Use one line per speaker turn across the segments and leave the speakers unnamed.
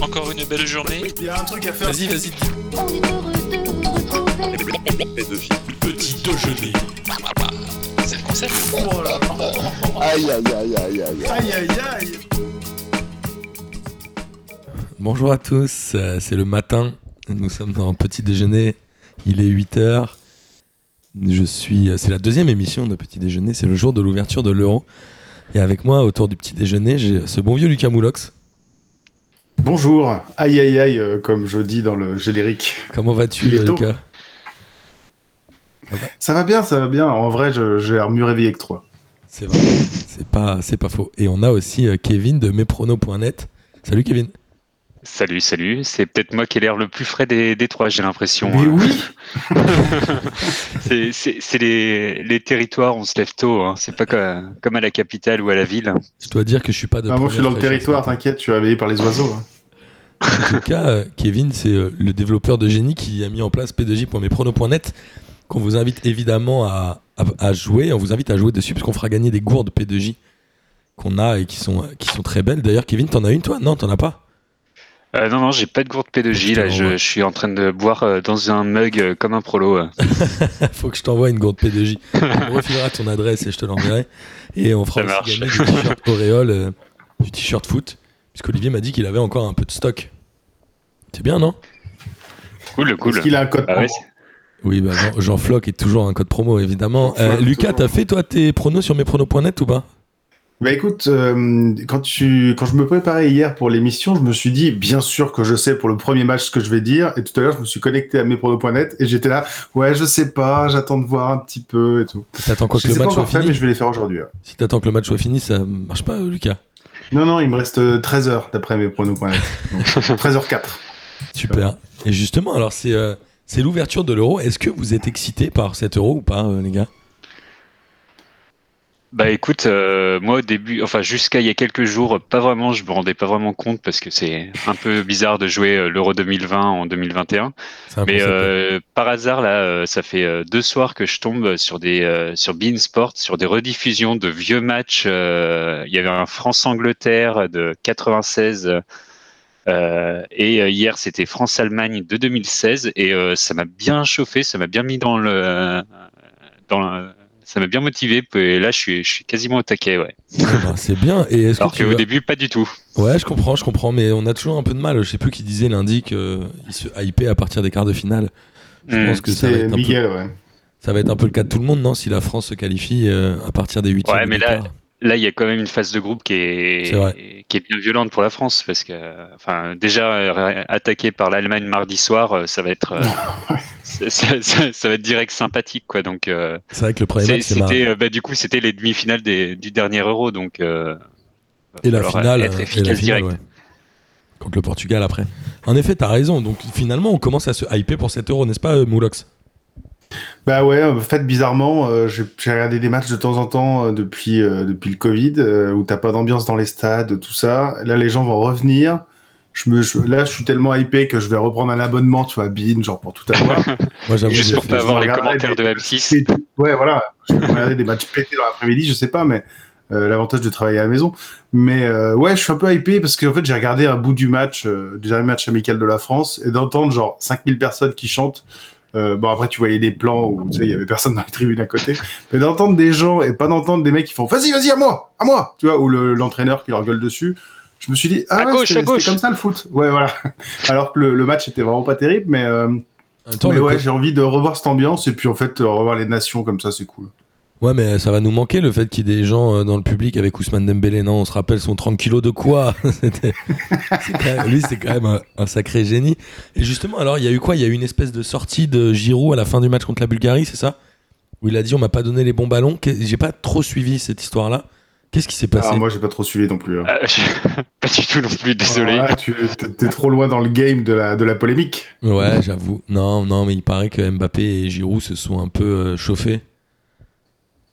Encore une belle journée.
Il y a un truc à faire.
Vas-y, vas-y.
On est heureux de vous retrouver.
Pédophile.
Petit déjeuner.
C'est le concept.
Oh là là.
Aïe, aïe, aïe, aïe, aïe.
Aïe aïe aïe.
Bonjour à tous, euh, c'est le matin. Nous sommes dans un petit déjeuner. Il est 8h. Je suis. euh, C'est la deuxième émission de Petit Déjeuner. C'est le jour de l'ouverture de l'euro. Et avec moi, autour du petit déjeuner, j'ai ce bon vieux Lucas Moulox.
Bonjour. Aïe aïe aïe, euh, comme je dis dans le générique.
Comment vas-tu,
Il est
euh,
tôt.
Lucas
Ça va bien, ça va bien. En vrai, je- j'ai un mieux réveillé que toi.
C'est vrai. C'est pas, c'est pas faux. Et on a aussi euh, Kevin de mespronos.net. Salut, Kevin.
Salut, salut. C'est peut-être moi qui ai l'air le plus frais des, des trois, j'ai l'impression.
Mais
hein.
oui.
C'est- C'est c'est les, les territoires, on se lève tôt. hein. C'est pas comme, comme à la capitale ou à la ville.
Je dois dire que je suis pas de.
Ah, moi, je suis dans le
première
territoire,
fraîcheur.
t'inquiète, je suis réveillé par les oiseaux. hein.
En tout cas, euh, Kevin, c'est euh, le développeur de génie qui a mis en place p2j.mespronos.net, qu'on vous invite évidemment à, à, à jouer. On vous invite à jouer dessus, puisqu'on fera gagner des gourdes P2J qu'on a et qui sont, qui sont très belles. D'ailleurs, Kevin, t'en as une, toi Non, t'en as pas
Euh, non, non, j'ai pas de gourde P2J. Là, je, je suis en train de boire euh, dans un mug euh, comme un prolo. euh.
Faut que je t'envoie une gourde P2J. On refilera ton adresse et je te l'enverrai. Et on fera
Ça
aussi
marche.
gagner du t-shirt Auréole, euh, du t-shirt foot, puisqu'Olivier m'a dit qu'il avait encore un peu de stock. C'est bien, non
Cool,
Est-ce
cool.
qu'il a un code
Ah ouais,
promo
c'est-
Oui, bah Jean, Jean Floc est toujours un code promo, évidemment.
Jean Floc,
Euh, Lucas,
toujours.
t'as fait, toi, tes pronos sur mespronos.net ou pas
Bah écoute, euh, quand, tu, quand je me préparais hier pour l'émission, je me suis dit, bien sûr que je sais pour le premier match ce que je vais dire. Et tout à l'heure, je me suis connecté à mespronos.net et j'étais là, ouais, je sais pas, j'attends de voir un petit peu et tout.
T'attends quoi que
je
le
sais pas
match soit
encore faire, mais
fini
je vais les faire aujourd'hui. hein.
Si t'attends que le match soit fini, ça marche pas, euh, Lucas.
Non, non, il me reste euh, 13 heures d'après mespronos.net. 13h04.
Super. Et justement, alors c'est euh, c'est l'ouverture de l'euro. Est-ce que vous êtes excité par cet euro ou pas, euh, les gars
Bah écoute, euh, moi au début, enfin jusqu'à il y a quelques jours, pas vraiment, je me rendais pas vraiment compte parce que c'est un peu bizarre de jouer euh, l'Euro 2020 en 2021.
C'est un
Mais
concept, euh,
euh, par hasard, là, euh, ça fait euh, deux soirs que je tombe sur des euh, sur Bein Sport, sur des rediffusions de vieux matchs. euh, Il y avait un France-Angleterre de 96. euh, et euh, hier, c'était France-Allemagne de 2016. Et euh, ça m'a bien chauffé, ça m'a bien mis dans le. euh, Dans le- ça m'a bien motivé. Et là, je suis, je suis quasiment au taquet, ouais.
bah, c'est bien. Et est-ce
Alors
que tu
qu'au
vas-
début, pas du tout.
Ouais, je comprends, je comprends, mais on a toujours un peu de mal. Je sais plus qui disait lundi qu'il se hypait à partir des quarts de finale. Je
Hmm.
pense que ça va,
C'est
être un peu,
Miguel, ouais.
ça va être un peu le cas de tout le monde, non Si la France se qualifie euh, à partir des huitièmes.
Ouais,
ou
mais
des
là-
quarts.
Là, il y a quand même une phase de groupe qui
C'est
est, qui est bien violente pour la France parce que, enfin, déjà euh, attaqué par l'Allemagne mardi soir, euh, ça va être, euh, ça, ça- ça- ça va être direct sympathique, quoi. Donc, euh,
c'est vrai que le premier
c'est-
match, c'est marrant.
c'était, euh, bah, du coup, c'était les demi-finales des- du dernier Euro, donc. euh, va
Et la
falloir
finale,
être
euh, et
efficace
la finale,
direct.
ouais. Contre le Portugal après. En effet, t'as raison. Donc finalement, on commence à se hyper pour cet euro, n'est-ce pas, euh, Moulox
Bah ouais, en fait, bizarrement, euh, j'ai j'ai regardé des matchs de temps en temps euh, depuis, euh, depuis le Covid, euh, où t'as pas d'ambiance dans les stades, tout ça. Là, les gens vont revenir. Je me, je- là, je suis tellement hypé que je vais reprendre un abonnement, tu vois, Bean, genre pour tout avoir.
Moi, j'avoue,
Juste
j'ai
pour
fait-
pas avoir les
Regarde,
commentaires
mais-
de M6.
C'est- ouais, voilà. Je vais regarder des matchs pétés dans l'après-midi, je sais pas, mais euh, l'avantage de travailler à la maison. Mais euh, ouais, je suis un peu hypé parce qu'en fait, j'ai regardé un bout du match, euh, du dernier match amical de la France, et d'entendre genre 5000 personnes qui chantent. Euh, bon, après, tu voyais des plans où tu sais, il y avait personne dans les tribunes à côté. Mais d'entendre des gens et pas d'entendre des mecs qui font Vas-y, vas-y, à moi, à moi Tu vois, ou le- l'entraîneur qui leur gueule dessus. Je me suis dit, ah
À
ouais,
gauche,
c'était
à gauche.
c'était comme ça le foot. Ouais, voilà. Alors que le, le match était vraiment pas terrible, mais euh,
En même temps,
mais
le co-
ouais,
ouais,
j'ai envie de revoir cette ambiance et puis en fait euh, revoir les nations comme ça, c'est cool.
mais ça va nous manquer le fait qu'il y ait des gens euh, dans le public avec Ousmane Dembélé. Non, on se rappelle son 30 kilos de quoi C'était- c'est quand même- Lui, c'est quand même un, un sacré génie. Et justement, alors, il y a eu quoi Il y a eu une espèce de sortie de Giroud à la fin du match contre la Bulgarie, c'est ça Où il a dit on m'a pas donné les bons ballons. Que- J'ai pas trop suivi cette histoire-là. Qu'est-ce qui s'est passé
Ah, moi j'ai pas trop suivi non plus. hein.
Euh, je- pas du tout non plus, désolé.
Ah, tu t'es- t'es trop loin dans le game de la, de la polémique.
Ouais, j'avoue. Non, non, mais il paraît que Mbappé et Giroud se sont un peu euh, chauffés.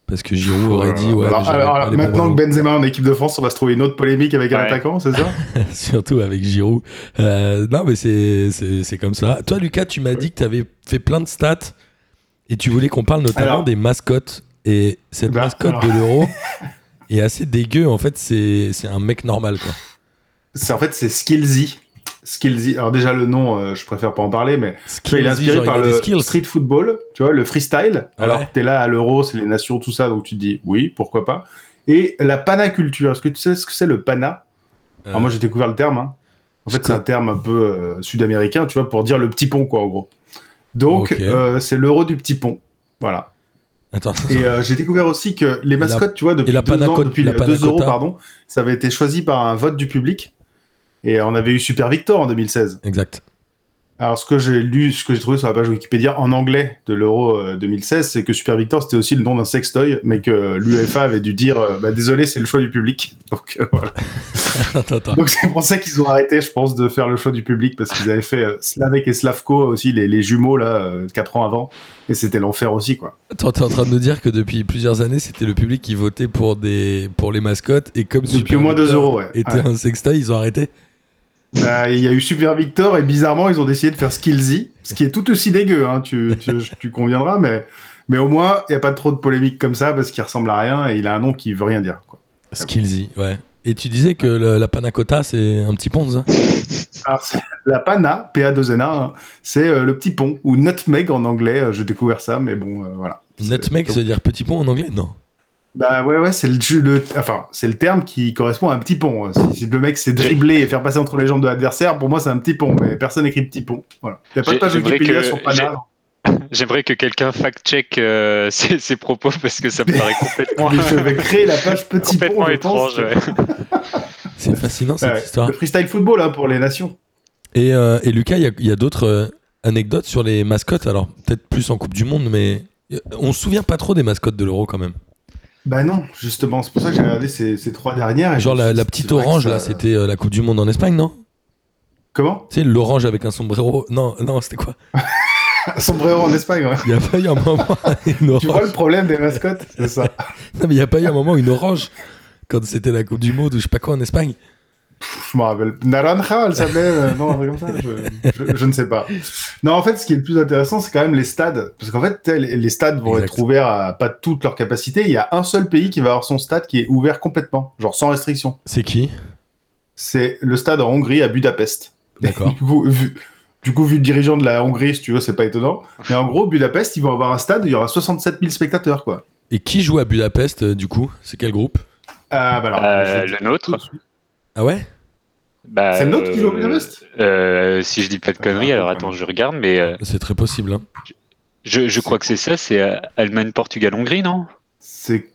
Parce que Giroud aurait dit, ouais,
alors,
déjà,
alors,
pas les bons
maintenant
ballons.
que Benzema est en équipe de France, on va se trouver une autre polémique avec un
Ouais.
attaquant, c'est ça
surtout avec Giroud. Euh, non, mais c'est- c'est c'est comme ça. Toi, Lucas, tu m'as dit que tu avais fait plein de stats et tu voulais qu'on parle notamment
Alors.
des mascottes. Et cette
Bah,
mascotte de l'Euro est assez dégueu. En fait, c'est c'est un mec normal, quoi.
C'est en fait c'est Skillsy. Skillsy. Alors déjà le nom, euh, je préfère pas en parler, mais tu vois,
Skills,
il est inspiré
genre,
par
a des
le
skills.
street football, tu vois, le freestyle.
Ah
Alors
ouais.
t'es là à l'euro, c'est les nations, tout ça, donc tu te dis oui, pourquoi pas. Et la panaculture. Est-ce que tu sais ce que c'est le pana
Euh,
Alors moi j'ai découvert le terme. hein. En fait c'est un terme un peu euh, sud-américain, tu vois, pour dire le petit pont quoi en gros. Donc
Ok.
euh, c'est l'euro du petit pont. Voilà.
Attends.
Et euh, j'ai découvert aussi que les mascottes, tu vois, depuis,
et la
deux,
panna
ans-
cotta-
depuis
la
les
panna
2 euros,
cotta.
pardon, ça avait été choisi par un vote du public. Et on avait eu Super Victor en 2016.
Exact.
Alors, ce que j'ai lu, ce que j'ai trouvé sur la page Wikipédia en anglais de l'Euro euh, 2016, c'est que Super Victor, c'était aussi le nom d'un sextoy, mais que euh, l'UEFA avait dû dire euh, bah, Désolé, c'est le choix du public. Donc, euh, voilà.
Attends, attends.
Donc, c'est pour ça qu'ils ont arrêté, je pense, de faire le choix du public, parce qu'ils avaient fait euh, Slavek et Slavko aussi, les, les jumeaux, là, 4 ans avant. Et c'était l'enfer aussi, quoi.
Attends, t'es en train de nous dire que depuis plusieurs années, c'était le public qui votait pour, des... pour les mascottes et comme
Depuis
Super
au moins 2
Victor
euros, ouais.
était
Ouais.
un sextoy, ils ont arrêté.
Bah, Il y a eu Super Victor et bizarrement ils ont décidé de faire Skillsy, ce qui est tout aussi dégueu, hein, tu, tu, tu conviendras, mais, mais au moins il n'y a pas trop de polémique comme ça parce qu'il ressemble à rien et il a un nom qui veut rien dire. Quoi.
Skillsy, ouais. Et tu disais que le- la panna cotta, c'est un petit hein. pont, ça
Alors, c'est- la Pana, PA2NA, hein, c'est euh, le petit pont ou Nutmeg en anglais, euh, j'ai découvert ça, mais bon euh, voilà. C'est-
Nutmeg, ça veut dire petit pont en anglais Non.
Bah ouais, ouais, c'est le, ju- le, enfin, c'est le terme qui correspond à un petit pont. hein. Si, si le mec s'est dribblé et faire passer entre les jambes de l'adversaire, pour moi c'est un petit pont, mais personne n'écrit petit pont. Voilà. Il n'y a pas de
J'ai-
page
j'aimerais
Wikipédia
que-
sur Pana. hein.
j'ai- J'aimerais que quelqu'un fact-check euh, ses, ses propos parce que ça me paraît complètement,
Mais je vais créer la page petit pont,
complètement
je pense.
étrange. ouais.
C'est fascinant cette
Ouais,
histoire.
Le freestyle football hein, pour les nations.
Et, euh, et Lucas, il y a- il y a, d'autres euh, anecdotes sur les mascottes. Alors, peut-être plus en Coupe du Monde, mais euh, on se souvient pas trop des mascottes de l'Euro quand même.
Bah non, justement, c'est pour ça que j'ai regardé ces, ces trois dernières. et
Genre
je me suis dit,
la,
Ah,
la
c'est
petite
vrai que
orange,
ça-
là, c'était euh, la Coupe du Monde en Espagne, non
Comment
Tu sais, l'orange avec un sombrero. Non, non, c'était quoi
Sombrero en Espagne, ouais.
Il n'y a pas eu un moment. Une
Tu vois
orange.
le problème des mascottes C'est ça.
Non, mais il n'y a pas eu un moment une orange quand c'était la Coupe du Monde ou je sais pas quoi en Espagne.
Pff, Je me rappelle. Naranja, elle s'appelait. euh, non, un truc comme ça. Je, je- je ne sais pas. Non, en fait, ce qui est le plus intéressant, c'est quand même les stades. Parce qu'en fait, les les stades vont
Exact.
être ouverts à pas toute leur capacité. Il y a un seul pays qui va avoir son stade qui est ouvert complètement, genre sans restriction.
C'est qui
C'est le stade en Hongrie à Budapest.
D'accord.
Du coup, vu, du coup, vu le dirigeant de la Hongrie, si tu veux, c'est pas étonnant. Mais en gros, Budapest, ils vont avoir un stade où il y aura 67 000 spectateurs, quoi.
Et qui joue à Budapest, euh, du coup C'est quel groupe
Ah, bah alors,
Euh,
je-
le nôtre
Ah ouais
bah,
C'est le nôtre qui joue au
euh,
Budapest
euh, Si je dis pas de conneries,
Ah,
alors
ouais.
attends, je regarde, mais euh,
C'est très possible. hein.
je, je crois que c'est ça, c'est euh, Allemagne, Portugal, Hongrie, non
C'est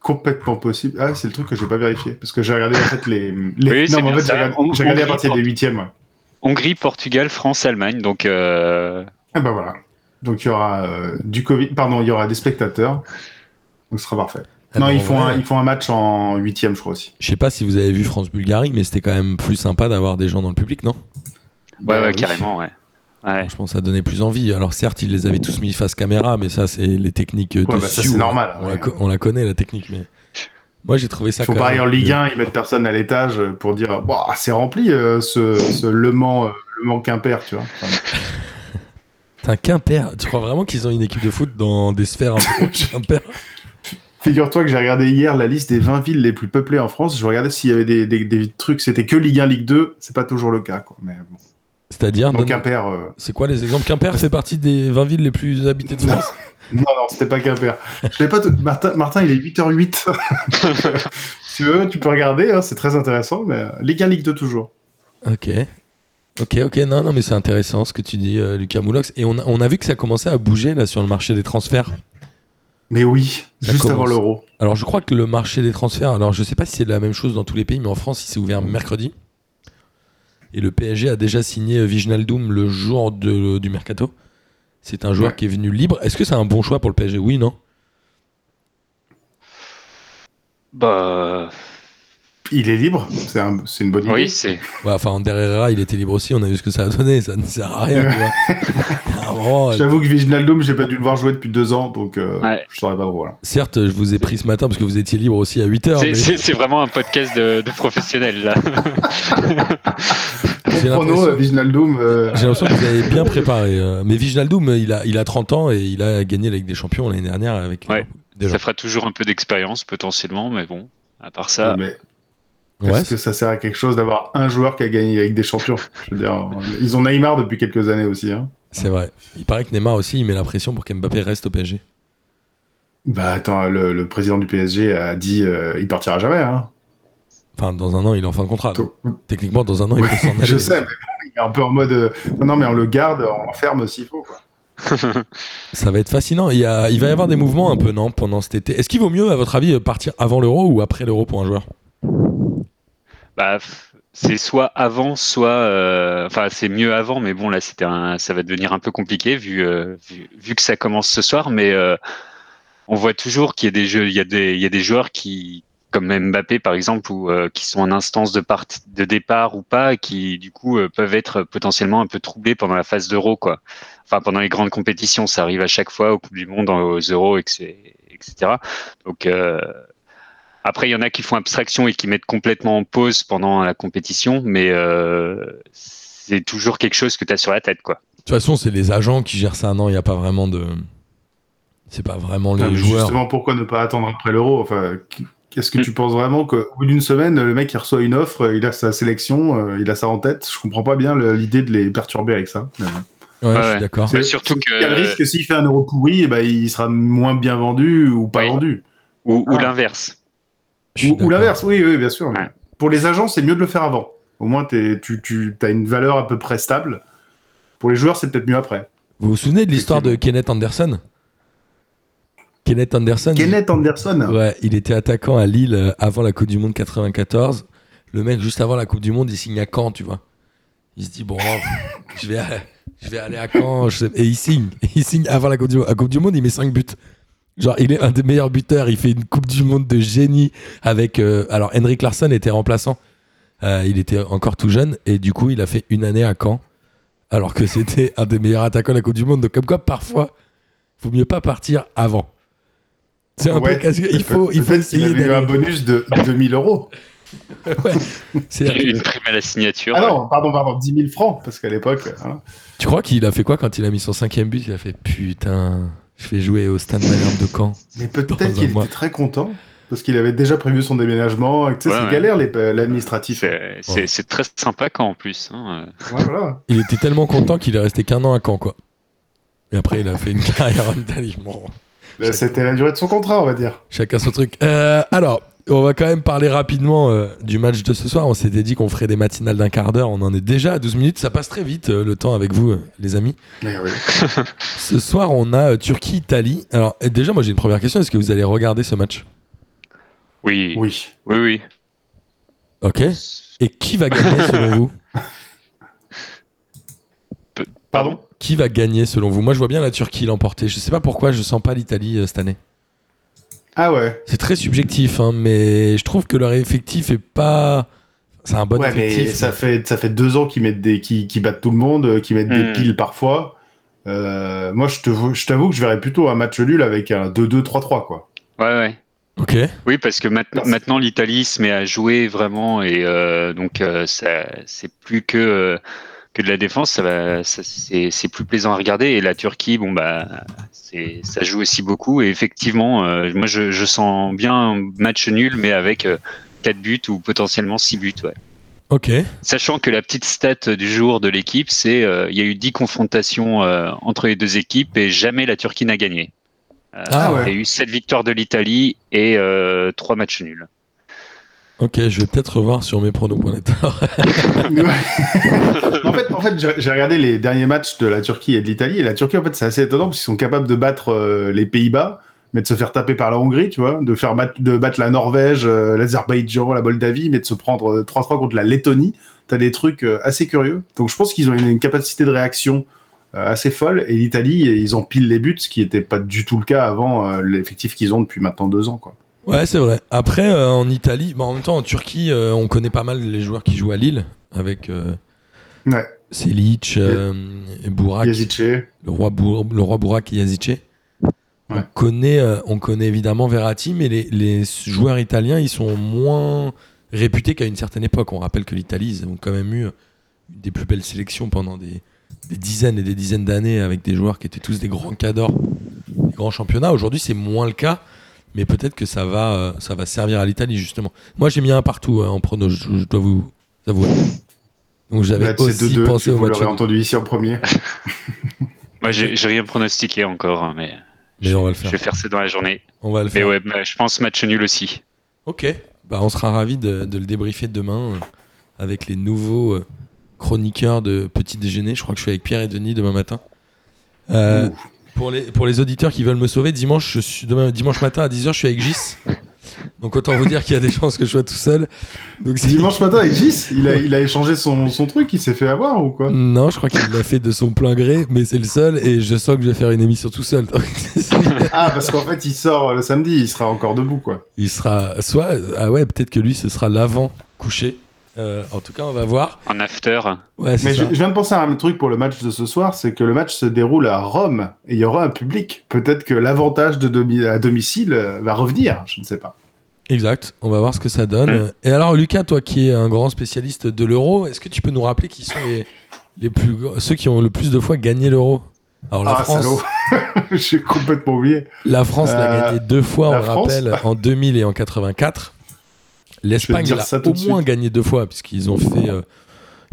complètement possible. Ah, c'est le truc que j'ai pas vérifié. Parce que j'ai regardé, en fait, les. les-
Oui, c'est
non, mais en
bien
fait, j'ai
ça.
regardé, j'ai regardé à
Hongrie,
partir des huitièmes. ouais.
Hongrie, Portugal, France, Allemagne, donc euh,
Ah, bah voilà. Donc, il y aura euh, du Covid. Pardon, il y aura des spectateurs. Donc, ce sera parfait.
Ah
non,
bah,
ils,
en
font
vrai,
un, ils font un match en huitième, je crois aussi.
Je sais pas si vous avez vu France-Bulgarie, mais c'était quand même plus sympa d'avoir des gens dans le public, non
ouais,
Bah,
ouais,
oui.
carrément, ouais. Ouais.
Je pense que ça donnait plus envie. Alors certes, ils les avaient tous mis face caméra, mais ça, c'est les techniques de
Ouais, bah, ça,
Sioux.
c'est normal,
On, la
ouais.
co- on la connaît, la technique, mais... Moi, j'ai trouvé ça
Faut
quand
pareil
même-
en Ligue 1, ils mettent personne à l'étage euh, pour dire Ouah, c'est rempli euh, ce, ce Le Mans, euh, Le Mans Quimper, tu vois. Enfin,
Putain, Quimper, tu crois vraiment qu'ils ont une équipe de foot dans des sphères un peu Quimper
Figure-toi que j'ai regardé hier la liste des 20 villes les plus peuplées en France. Je regardais s'il y avait des, des- des trucs, c'était que Ligue 1, Ligue 2. C'est pas toujours le cas, quoi. Mais bon.
C'est-à-dire,
Donc
donne-
Quimper, euh,
c'est quoi les exemples Quimper fait partie des 20 villes les plus habitées de France
non, non, c'était pas Quimper. Je l'ai pas tout- Martin, Martin, il est 8h08. si tu veux, tu peux regarder, hein, c'est très intéressant. Mais euh, Ligue 1, Ligue 2 toujours.
Ok. Ok, ok, non, non, mais c'est intéressant ce que tu dis, euh, Lucas Moulox. Et on a, on a vu que ça commençait à bouger là sur le marché des transferts.
Mais oui,
Ça
juste
commence.
avant l'Euro.
Alors je crois que le marché des transferts, alors je sais pas si c'est la même chose dans tous les pays, mais en France, il s'est ouvert mercredi. Et le PSG a déjà signé euh, Wijnaldum le jour de- du mercato. C'est un joueur
Ouais.
qui est venu libre. Est-ce que c'est un bon choix pour le PSG Oui, non
Bah,
Il est libre, c'est un- c'est une bonne idée.
oui, c'est.
Ouais, Enfin, Ander Herrera, il était libre aussi. On a vu ce que ça a donné. Ça ne sert à rien. tu vois. Ah, vraiment, euh,
J'avoue que Viginaldum, j'ai pas dû le voir jouer depuis deux ans, donc euh,
Ouais.
je saurais pas trop. Voilà.
Certes, je vous ai pris ce matin parce que vous étiez libre aussi à 8h.
C'est- C'est c'est vraiment un podcast de, de professionnels, là.
J'ai
Mon prono,
l'impression-
euh, Viginaldum, euh,
J'ai l'impression que vous avez bien préparé. euh, Mais Wijnaldum, il a, il a 30 ans et il a gagné la Ligue des Champions l'année dernière avec
Ouais.
déjà.
Ça fera toujours un peu d'expérience, potentiellement, mais bon, à part ça.
mais Est-ce
Ouais,
que ça sert à quelque chose d'avoir un joueur qui a gagné avec des champions Je veux dire, euh, Ils ont Neymar depuis quelques années aussi. Hein.
c'est vrai. Il paraît que Neymar aussi, il met la pression pour qu'Mbappé reste au PSG.
Bah attends, le, le président du PSG a dit euh, il partira jamais. Hein.
Enfin, dans un an, il est en fin de contrat.
Donc,
Techniquement, dans un an, il peut s'en aller.
je sais, mais bon, il est un peu en mode euh, non, non, mais on le garde, on l'enferme s'il faut. Quoi.
Ça va être fascinant. Il, y a- il va y avoir des mouvements un peu, non, pendant cet été. Est-ce qu'il vaut mieux, à votre avis, partir avant l'euro ou après l'euro pour un joueur
Bah, f- c'est soit avant, soit. euh, Enfin, c'est mieux avant, mais bon, là, c'était un, ça va devenir un peu compliqué vu, euh, vu, vu que ça commence ce soir. Mais euh, on voit toujours qu'il y a des jeux, il y a des, il y a des joueurs qui, comme Mbappé par exemple, ou euh, qui sont en instance de, part, de départ ou pas, qui du coup euh, peuvent être potentiellement un peu troublés pendant la phase d'euro, quoi. Enfin, pendant les grandes compétitions, ça arrive à chaque fois aux Coupes du Monde, aux euros, et que c'est- etc. Donc. euh, après, il y en a qui font abstraction et qui mettent complètement en pause pendant la compétition, mais euh, c'est toujours quelque chose que tu as sur la tête, quoi.
De toute façon, c'est les agents qui gèrent ça. Non, il n'y a pas vraiment de. C'est pas vraiment les
Ah,
Non, mais
joueurs.
Justement, pourquoi ne pas attendre après l'euro Enfin, qu'est-ce que tu penses vraiment qu'au bout d'une semaine, le mec il reçoit une offre, il a sa sélection, euh, il a ça en tête Je comprends pas bien le- l'idée de les perturber avec ça.
Ouais,
Ouais,
je suis
ouais.
d'accord.
Ouais, surtout
Il y a le
que
risque que s'il fait un euro pourri, eh ben, il sera moins bien vendu ou pas
Oui.
vendu.
ou, ou
Ah.
l'inverse.
Je suis
Ou, ou
d'accord.
l'inverse, oui, oui, bien sûr.
Ouais.
Pour les agents, c'est mieux de le faire avant. Au moins, t'es- tu, tu as une valeur à peu près stable. Pour les joueurs, c'est peut-être mieux après.
Vous vous souvenez de l'histoire de Kenneth Anderson Kenneth Anderson
Kenneth Anderson,
Ouais, il était attaquant à Lille euh, avant la Coupe du Monde 94. Le mec, juste avant la Coupe du Monde, il signe à Caen, tu vois. Il se dit, bon, pff, je, vais, aller- je vais aller à Caen. je sais- Et il signe. Il signe avant la Coupe du Monde. À Coupe du Monde, il met 5 buts. Genre, il est un des meilleurs buteurs. Il fait une Coupe du Monde de génie avec. euh, alors, Henrik Larsson était remplaçant. Euh, il était encore tout jeune. Et du coup, il a fait une année à Caen. Alors que c'était un des meilleurs attaquants de la Coupe du Monde. Donc, comme quoi, parfois, vaut mieux pas partir avant. C'est un
Ouais.
peu casse Il faut, il faut
peut-être qu'il
essayer
avait eu
d'aller-
un bonus de 2000 euros.
C'est-
Une prime à la signature.
Ah
ouais.
non, pardon, pardon, 10 000 francs, parce qu'à l'époque. hein.
Tu crois qu'il a fait quoi quand il a mis son cinquième but Il a fait putain, je vais jouer au Stade Malherbe de Caen.
Mais
Dans un
peut-être qu'il
mois.
était très content, parce qu'il avait déjà prévu son déménagement. et que, Tu sais,
Ouais,
c'est
ouais.
galère, les- euh, l'administratif.
C'est- C'est c'est très sympa quand en plus. hein.
Ouais, voilà.
Il était tellement content qu'il est resté qu'un an à Caen, quoi. Et après, il a fait une carrière en Italie. Bon,
Bah, C'était la durée de son contrat, on va dire.
chacun son truc. Euh, alors, on va quand même parler rapidement euh, du match de ce soir. On s'était dit qu'on ferait des matinales d'un quart d'heure. On en est déjà à 12 minutes. Ça passe très vite euh, le temps avec vous, euh, les amis.
Mais oui.
Ce soir, on a euh, Turquie-Italie. Alors, euh, déjà, moi, j'ai une première question. Est-ce que vous allez regarder ce match
Oui, oui,
Oui.
oui.
Ok. Et qui va gagner selon vous
Pardon
Qui va gagner selon vous Moi, je vois bien la Turquie l'emporter. Je sais pas pourquoi, je sens pas l'Italie euh, cette année.
Ah ouais.
C'est très subjectif, hein, mais je trouve que leur effectif est pas. C'est un bon
ouais, mais
effectif.
ça fait, ça fait deux ans qu'ils mettent des, qui, battent tout le monde, euh, qu'ils mettent des
Hmm.
piles parfois. Euh, moi, je te- je t'avoue que je verrais plutôt un match nul avec un 2-2-3-3, quoi.
Ouais, ouais.
Ok.
Oui, parce que maintenant,
Merci.
maintenant l'Italie se met à jouer vraiment et euh, donc euh, ça, c'est plus que euh, que de la défense, ça va, ça- c'est c'est plus plaisant à regarder. Et la Turquie, bon bah, c'est ça joue aussi beaucoup. Et effectivement, euh, moi je, je sens bien un match nul, mais avec euh, quatre buts ou potentiellement six buts. Ouais.
Ok.
Sachant que la petite stat du jour de l'équipe, c'est euh, il y a eu 10 confrontations euh, entre les deux équipes et jamais la Turquie n'a gagné. Euh,
Ah ouais.
Il y a eu 7 victoires de l'Italie et 3 matchs nuls.
Ok, je vais peut-être revoir sur mes pronos.net.
Ouais. en fait, en fait j'ai j'ai regardé les derniers matchs de la Turquie et de l'Italie. Et la Turquie, en fait, c'est assez étonnant parce qu'ils sont capables de battre euh, les Pays-Bas, mais de se faire taper par la Hongrie, tu vois, de faire mat- de battre la Norvège, euh, l'Azerbaïdjan, la Moldavie, mais de se prendre euh, 3-3 contre la Lettonie. T'as des trucs euh, assez curieux. Donc, je pense qu'ils ont une, une capacité de réaction euh, assez folle. Et l'Italie, ils empilent les buts, ce qui n'était pas du tout le cas avant euh, l'effectif qu'ils ont depuis maintenant deux ans, quoi.
ouais, c'est vrai. Après, euh, en Italie, bah, en même temps, en Turquie, euh, on connaît pas mal les joueurs qui jouent à Lille avec euh,
Ouais.
Selic, euh, et Bourak.
Yazice.
le roi, Bour- le roi Bourak et Yazice. On,
Ouais.
connaît, euh, on connaît évidemment Verratti, mais les, les joueurs italiens, ils sont moins réputés qu'à une certaine époque. On rappelle que l'Italie, ils ont quand même eu des plus belles sélections pendant des, des dizaines et des dizaines d'années avec des joueurs qui étaient tous des grands cadors, des grands championnats. Aujourd'hui, c'est moins le cas. mais peut-être que ça va, euh, ça va servir à l'Italie justement. Moi j'ai mis un partout euh, en prono, je, je dois vous avouer. Donc j'avais
Là, c'est
aussi
2-2,
pensé
tu-
au
vous
match.
l'aurez entendu ici en premier.
Moi, j'ai j'ai rien pronostiqué encore, hein, mais
Mais on va le
je
faire.
vais faire ça dans la journée.
On va le
Mais
faire.
ouais, bah, je pense match nul aussi.
Ok. Bah, on sera ravis de, de le débriefer demain euh, avec les nouveaux euh, chroniqueurs de Petit Déjeuner. Je crois que je suis avec Pierre et Denis demain matin. Euh, pour, les, pour les auditeurs qui veulent me sauver, dimanche, je suis, demain, dimanche matin à 10h, je suis avec Gis. Donc autant vous dire qu'il y a des chances que je sois tout seul. Donc, si-
Dimanche matin avec Gis, hein. il a, il a échangé son, son truc, il s'est fait avoir ou quoi
Non, je crois qu'il l'a fait de son plein gré, mais c'est le seul et je sens que je vais faire une émission tout seul. Donc,
Ah, parce qu'en fait, il sort le samedi, il sera encore debout, quoi.
Il sera soit ah ouais peut-être que lui ce sera l'avant couché. Euh, en tout cas on va voir.
En after,
Ouais c'est
Mais je,
ça.
je viens de penser à un truc pour le match de ce soir, c'est que le match se déroule à Rome, et il y aura un public. Peut-être que l'avantage de domi- à domicile euh, va revenir, je ne sais pas.
Exact. On va voir ce que ça donne.
Mmh.
Mm.
Et alors Lucas toi qui es un grand spécialiste de l'euro, est-ce que tu peux nous rappeler qui sont les, les plus gros- ceux qui ont le plus de fois gagné l'euro Alors la
ah, salaud
France,
J'ai complètement oublié.
la France l'a
Euh,
gagné deux fois on
la
le
France
rappelle en 2000 et en 84. L'Espagne
dire
l'a
ça
au
tout
moins
de suite.
gagné deux fois puisqu'ils ont fait euh,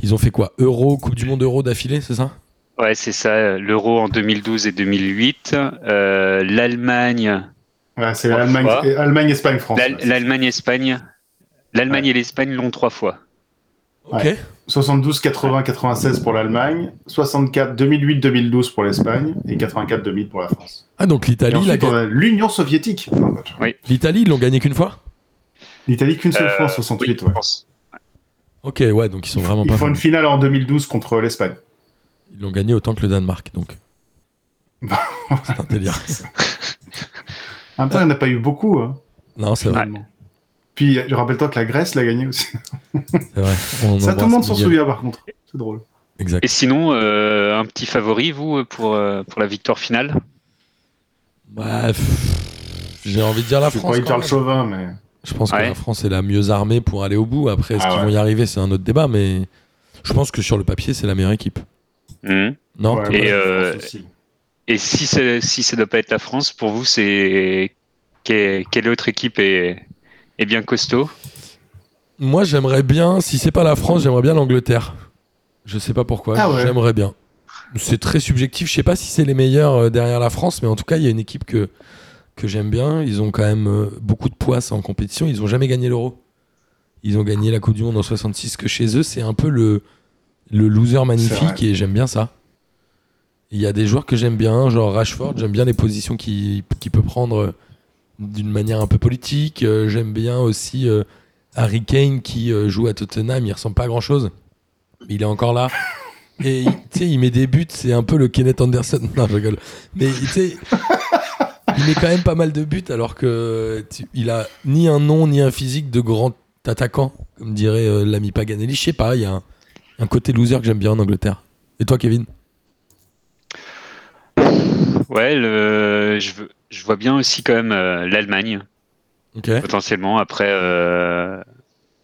ils ont fait quoi Euro, Coupe du monde Euro d'affilée, c'est ça
ouais, c'est ça. euh, L'euro en 2012 et 2008. euh, L'Allemagne,
Ouais, c'est
Trois
Allemagne,
fois.
et- Allemagne, Espagne, France.
l'Al-
ouais.
l'Allemagne, Espagne. L'Allemagne et l'Espagne l'ont trois fois.
OK.
72, 80, 96 pour l'Allemagne, 64, 2008, 2012 pour l'Espagne et 84, 2000 pour la France.
Ah donc
Et
l'Italie l'a
ensuite,
ga-
on a l'Union soviétique. Non, bah,
l'Italie ils l'ont gagné qu'une fois
L'Italie qu'une seule
Euh,
fois en 68.
oui,
ouais.
je pense.
Ok, ouais, donc ils sont vraiment
Ils
pas
font une
forts.
finale en 2012 contre l'Espagne.
Ils l'ont gagné autant que le Danemark, donc.
Bah,
c'est un délire.
En même temps, il n'y en a pas eu beaucoup. Hein,
Non, c'est vrai.
finalement. Puis, je rappelle-toi que la Grèce l'a gagné aussi.
c'est vrai. On
Ça, tout le
embrasse
monde s'en
Miguel.
souvient par contre. C'est drôle.
Exact.
Et sinon, euh, un petit favori, vous, pour, euh, pour la victoire finale
Bah, pff, j'ai envie de dire la
je suis
France.
pas
quand
Charles
même.
Chauvin, mais.
Je pense que
Ouais.
la France est la mieux armée pour aller au bout. Après, est-ce
Ah
qu'ils
ouais.
vont y arriver, c'est un autre débat, mais je pense que sur le papier, c'est la meilleure équipe.
Mhm.
Non
Ouais,
t'es-
moi, je
euh,
pense aussi.
Et si, c'est- si ça ne doit pas être la France, pour vous, c'est que- quelle autre équipe est, est bien costaud
Moi, j'aimerais bien, si c'est pas la France, j'aimerais bien l'Angleterre. Je sais pas pourquoi,
Ah ouais.
j'aimerais bien. C'est très subjectif, je sais pas si c'est les meilleurs euh, derrière la France, mais en tout cas, il y a une équipe que, que j'aime bien. Ils ont quand même euh, beaucoup de poids ça, en compétition, ils ont jamais gagné l'Euro. Ils ont gagné la Coupe du Monde en 66, que chez eux, c'est un peu le, le loser magnifique,
vrai.
et j'aime bien ça. Il y a des joueurs que j'aime bien, genre Rashford, j'aime bien les positions qu'il qu'il peut prendre euh, d'une manière un peu politique. Euh, J'aime bien aussi euh, Harry Kane qui euh, joue à Tottenham, il ressemble pas à grand chose. Mais il est encore là. Et il- tu sais, il met des buts, c'est un peu le Kenneth Anderson. Non, je rigole. Mais tu sais, il met quand même pas mal de buts alors que tu- il a ni un nom ni un physique de grand attaquant, comme dirait euh, l'ami Paganelli. Je sais pas, il y a un, un côté loser que j'aime bien en Angleterre. Et toi, Kevin
Ouais, le- je, veux- je vois bien aussi quand même euh, l'Allemagne,
Ok.
potentiellement, après, euh,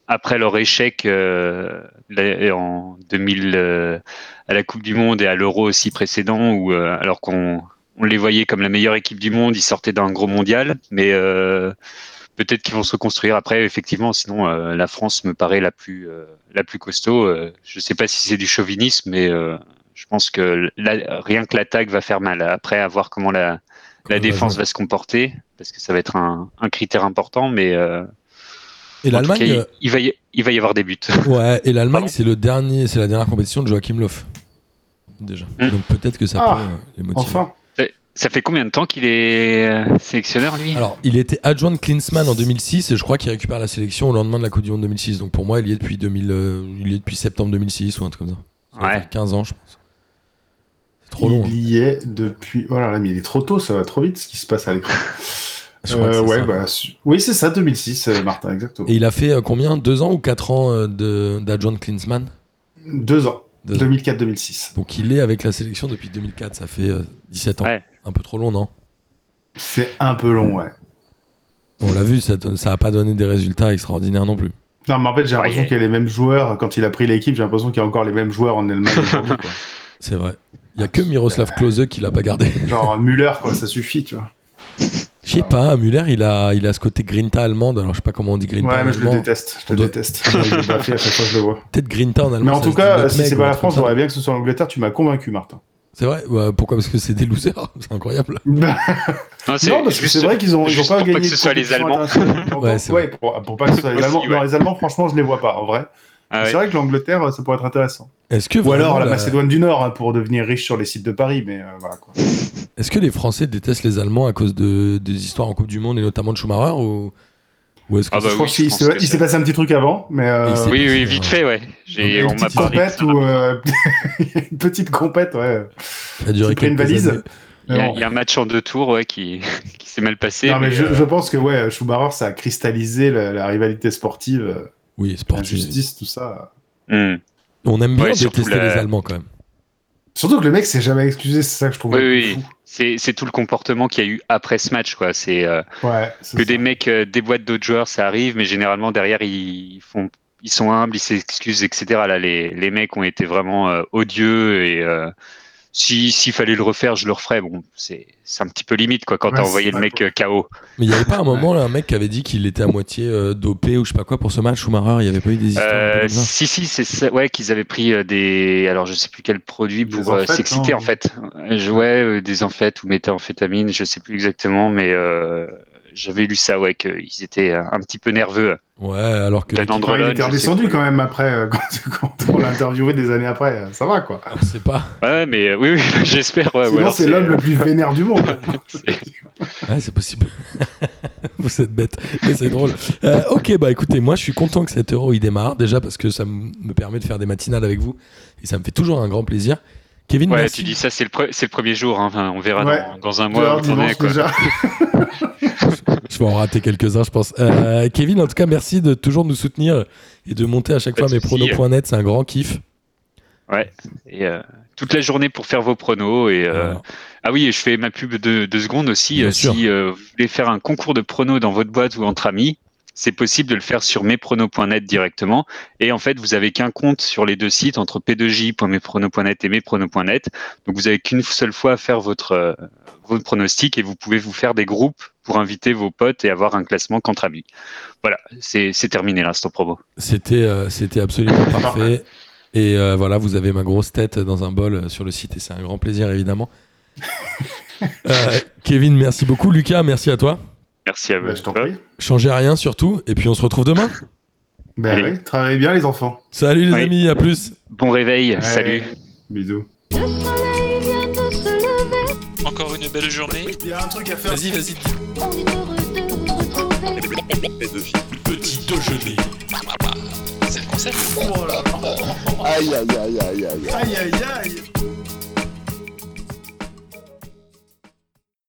après leur échec euh, la- en 2000 euh, à la Coupe du Monde et à l'Euro aussi précédent, où, euh, alors qu'on on les voyait comme la meilleure équipe du monde, ils sortaient d'un gros mondial, mais euh, peut-être qu'ils vont se reconstruire après, effectivement, sinon euh, la France me paraît la plus, euh, la plus costaud. Euh, je ne sais pas si c'est du chauvinisme, mais euh, je pense que la- rien que l'attaque va faire mal. Après, à voir comment la, la
Comment
défense
va
va se comporter, parce que ça va être un, un critère important, mais euh,
Et
en tout
l'Allemagne,
cas, il,
euh,
il va y, il va y avoir des buts.
Ouais, et l'Allemagne,
Pardon
c'est le dernier, c'est la dernière compétition de Joachim Löw. Déjà.
Mm.
Donc peut-être que ça
Ah,
peut euh, les motiver.
Enfin,
Ça fait combien de temps qu'il est euh, sélectionneur, lui
Alors, il était adjoint de Klinsmann en 2006 et je crois qu'il récupère la sélection au lendemain de la Coupe du Monde 2006. Donc pour moi, il y est depuis 2000, euh, il y est depuis septembre 2006 ou un truc comme ça. Ça va
Ouais.
faire 15 ans, je pense. C'est trop long. hein.
il y est depuis. Voilà, là, mais il est trop tôt, ça va trop vite ce qui se passe à l'écran.
Je crois que
Euh,
c'est
ouais,
ça.
bah, su- oui, c'est ça, 2006, euh, Martin, exactement.
Et il a fait euh, combien Deux ans ou quatre ans euh, de- d'adjoint de Klinsmann
Deux ans,
Deux ans.
2004-2006.
Donc il est avec la sélection depuis 2004, ça fait euh, 17 ans.
Ouais.
Un peu trop long, non
C'est un peu long, ouais.
On l'a vu, ça n'a pas donné des résultats extraordinaires non plus.
Non, mais en fait, j'ai l'impression
Ouais.
qu'il y a les mêmes joueurs. Quand il a pris l'équipe, j'ai l'impression qu'il y a encore les mêmes joueurs en Allemagne aujourd'hui, quoi.
C'est vrai. Il y a que Miroslav Klose qui l'a pas gardé.
Genre Müller, quoi, ça suffit, tu vois.
Je sais pas, Muller, il a, il a ce côté grinta allemande. Alors, je sais pas comment on dit grinta
Ouais, mais je le
allemande.
déteste. Je
On
le
doit-
déteste. Je le baffe à chaque fois que je le vois. Ah
Peut-être grinta en allemand.
Mais en
ça
tout
se dit
cas,
notre
si
mec
c'est
ou
pas
un
la
truc
France,
comme ça.
j'aurais bien que ce soit l'Angleterre. Tu m'as convaincu, Martin.
C'est vrai, ouais, pourquoi Parce que c'est des losers, c'est incroyable.
Non,
Non, parce que
juste-
c'est vrai qu'ils ont, ils ont
juste
pas
pour
gagné.
pas que ce
de
soit les
compétition
Allemands.
internationale longtemps.
Ouais, c'est
ouais, pour, pour pas que ce soit les
Aussi,
Allemands.
ouais.
Non, les Allemands, franchement, je les vois pas en vrai.
Ah ouais.
C'est vrai que l'Angleterre, ça pourrait être intéressant.
Est-ce que,
Ou alors
vraiment,
la
la-
Macédoine du Nord hein, pour devenir riche sur les sites de Paris, mais euh, voilà quoi.
Bah
est-ce que les Français détestent les Allemands à cause de, des histoires en Coupe du Monde et notamment de Schumacher ou, ou est-ce que
Ah bah
Je
oui,
pense
je
qu'il
pense
se-
que
il s'est
c'est-
passé un petit truc avant, mais euh,
Il s'est-
Oui,
Ouais.
oui, vite fait, ouais. J'ai-
une
On m'a
petite
parlé. de
compète
ça.
ou euh, une petite compète, ouais.
ça a duré
tu prends une
quelques
valise
années
Il y, a,
Non.
il y a un match en deux tours ouais, qui, qui s'est mal passé.
Non, mais
mais,
je,
euh,
je pense que ouais, Schumacher, ça a cristallisé la, la rivalité sportive, euh,
Oui, sportif.
l'injustice, tout ça.
hmm.
On aime bien
Ouais, surtout
détester
la-
les Allemands quand même.
Surtout que le mec s'est jamais excusé, c'est ça que je trouve.
Oui,
le
oui,
plus fou.
C'est c'est tout le comportement qu'il y a eu après ce match. quoi. C'est euh,
Ouais, c'est
que
ça.
des mecs euh, déboîtent d'autres joueurs, ça arrive, mais généralement derrière, ils, font, ils sont humbles, ils s'excusent, etc. Là, les, les mecs ont été vraiment euh, odieux et euh, si- s'il fallait le refaire, je le referais. Bon, c'est c'est un petit peu limite quoi, quand
Ouais,
t'as
c'est
envoyé le
pas
mec
cool.
euh, KO.
Mais il y avait pas un moment là un mec qui avait dit qu'il était à moitié euh, dopé ou je sais pas quoi pour ce match Schumacher. Il y avait pas eu des histoires. un peu
Euh,
comme ça
si, si, c'est ça. Ouais, qu'ils avaient pris euh, des. Alors, je sais plus quel produit
Des
pour euh,
amphètes,
s'exciter,
non
en fait. Je- Ouais, euh, des amphètes ou méthamphétamines, je sais plus exactement, mais euh, j'avais lu ça, ouais, qu'ils étaient euh, un petit peu nerveux.
Ouais, alors que
D'un
Enfin, il
Andrelone,
était
je sais
redescendu
plus.
quand même après, euh, quand, quand on l'a interviewé des années après, euh, ça va quoi.
Alors, c'est pas.
Ouais, mais euh, oui, oui, j'espère. Ouais, ou
Sinon,
alors
c'est l'homme le plus vénère du monde.
Ouais, c'est possible. Vous êtes bête, mais c'est drôle. Euh, ok, bah écoutez, moi je suis content que cet euro il démarre déjà parce que ça m- me permet de faire des matinales avec vous et ça me fait toujours un grand plaisir. Kevin,
Ouais,
merci.
tu dis ça, c'est le, pre- c'est le premier jour. hein. Enfin, on verra
Ouais.
dans, dans un mois
Dehors,
où t'en es,
dimanche
quoi.
déjà.
Je vais en rater quelques-uns, je pense. Euh, Kevin, en tout cas, merci de toujours nous soutenir et de monter à chaque
Pas
fois
de
mes
souci.
pronos.net. C'est un grand kiff.
Et, euh, toute la journée pour faire vos pronos. Et, euh,
Voilà.
Ah oui, et je fais ma pub de deux secondes aussi.
Bien
Euh,
sûr.
si euh, vous voulez faire un concours de pronos dans votre boîte ou entre amis, c'est possible de le faire sur mespronos.net directement. Et en fait, vous avez qu'un compte sur les deux sites entre p2j.mespronos.net et mespronos.net. Donc vous avez qu'une seule fois à faire votre, euh, votre pronostic et vous pouvez vous faire des groupes pour inviter vos potes et avoir un classement qu'entre amis. Voilà, c'est c'est terminé l'instant promo.
C'était, euh, c'était absolument parfait. Et euh, voilà, vous avez ma grosse tête dans un bol euh, sur le site et c'est un grand plaisir évidemment. Euh, Kevin, merci beaucoup. Lucas, merci à toi.
Merci à vous.
Bah, je t'en prie.
Changez rien surtout. Et puis on se retrouve demain.
Ben
Allez.
oui, travaillez bien les enfants.
Salut les
Oui.
amis, à plus.
Bon réveil, salut.
Ouais. Bisous.
Le soleil vient de se lever,
Encore une belle journée.
Il y a un truc à faire.
Vas-y, vas-y.
on est heureux de vous retrouver.
Petit déjeuner. C'est le concept.
Aïe, aïe, aïe, aïe, aïe, aïe.
Aïe aïe aïe.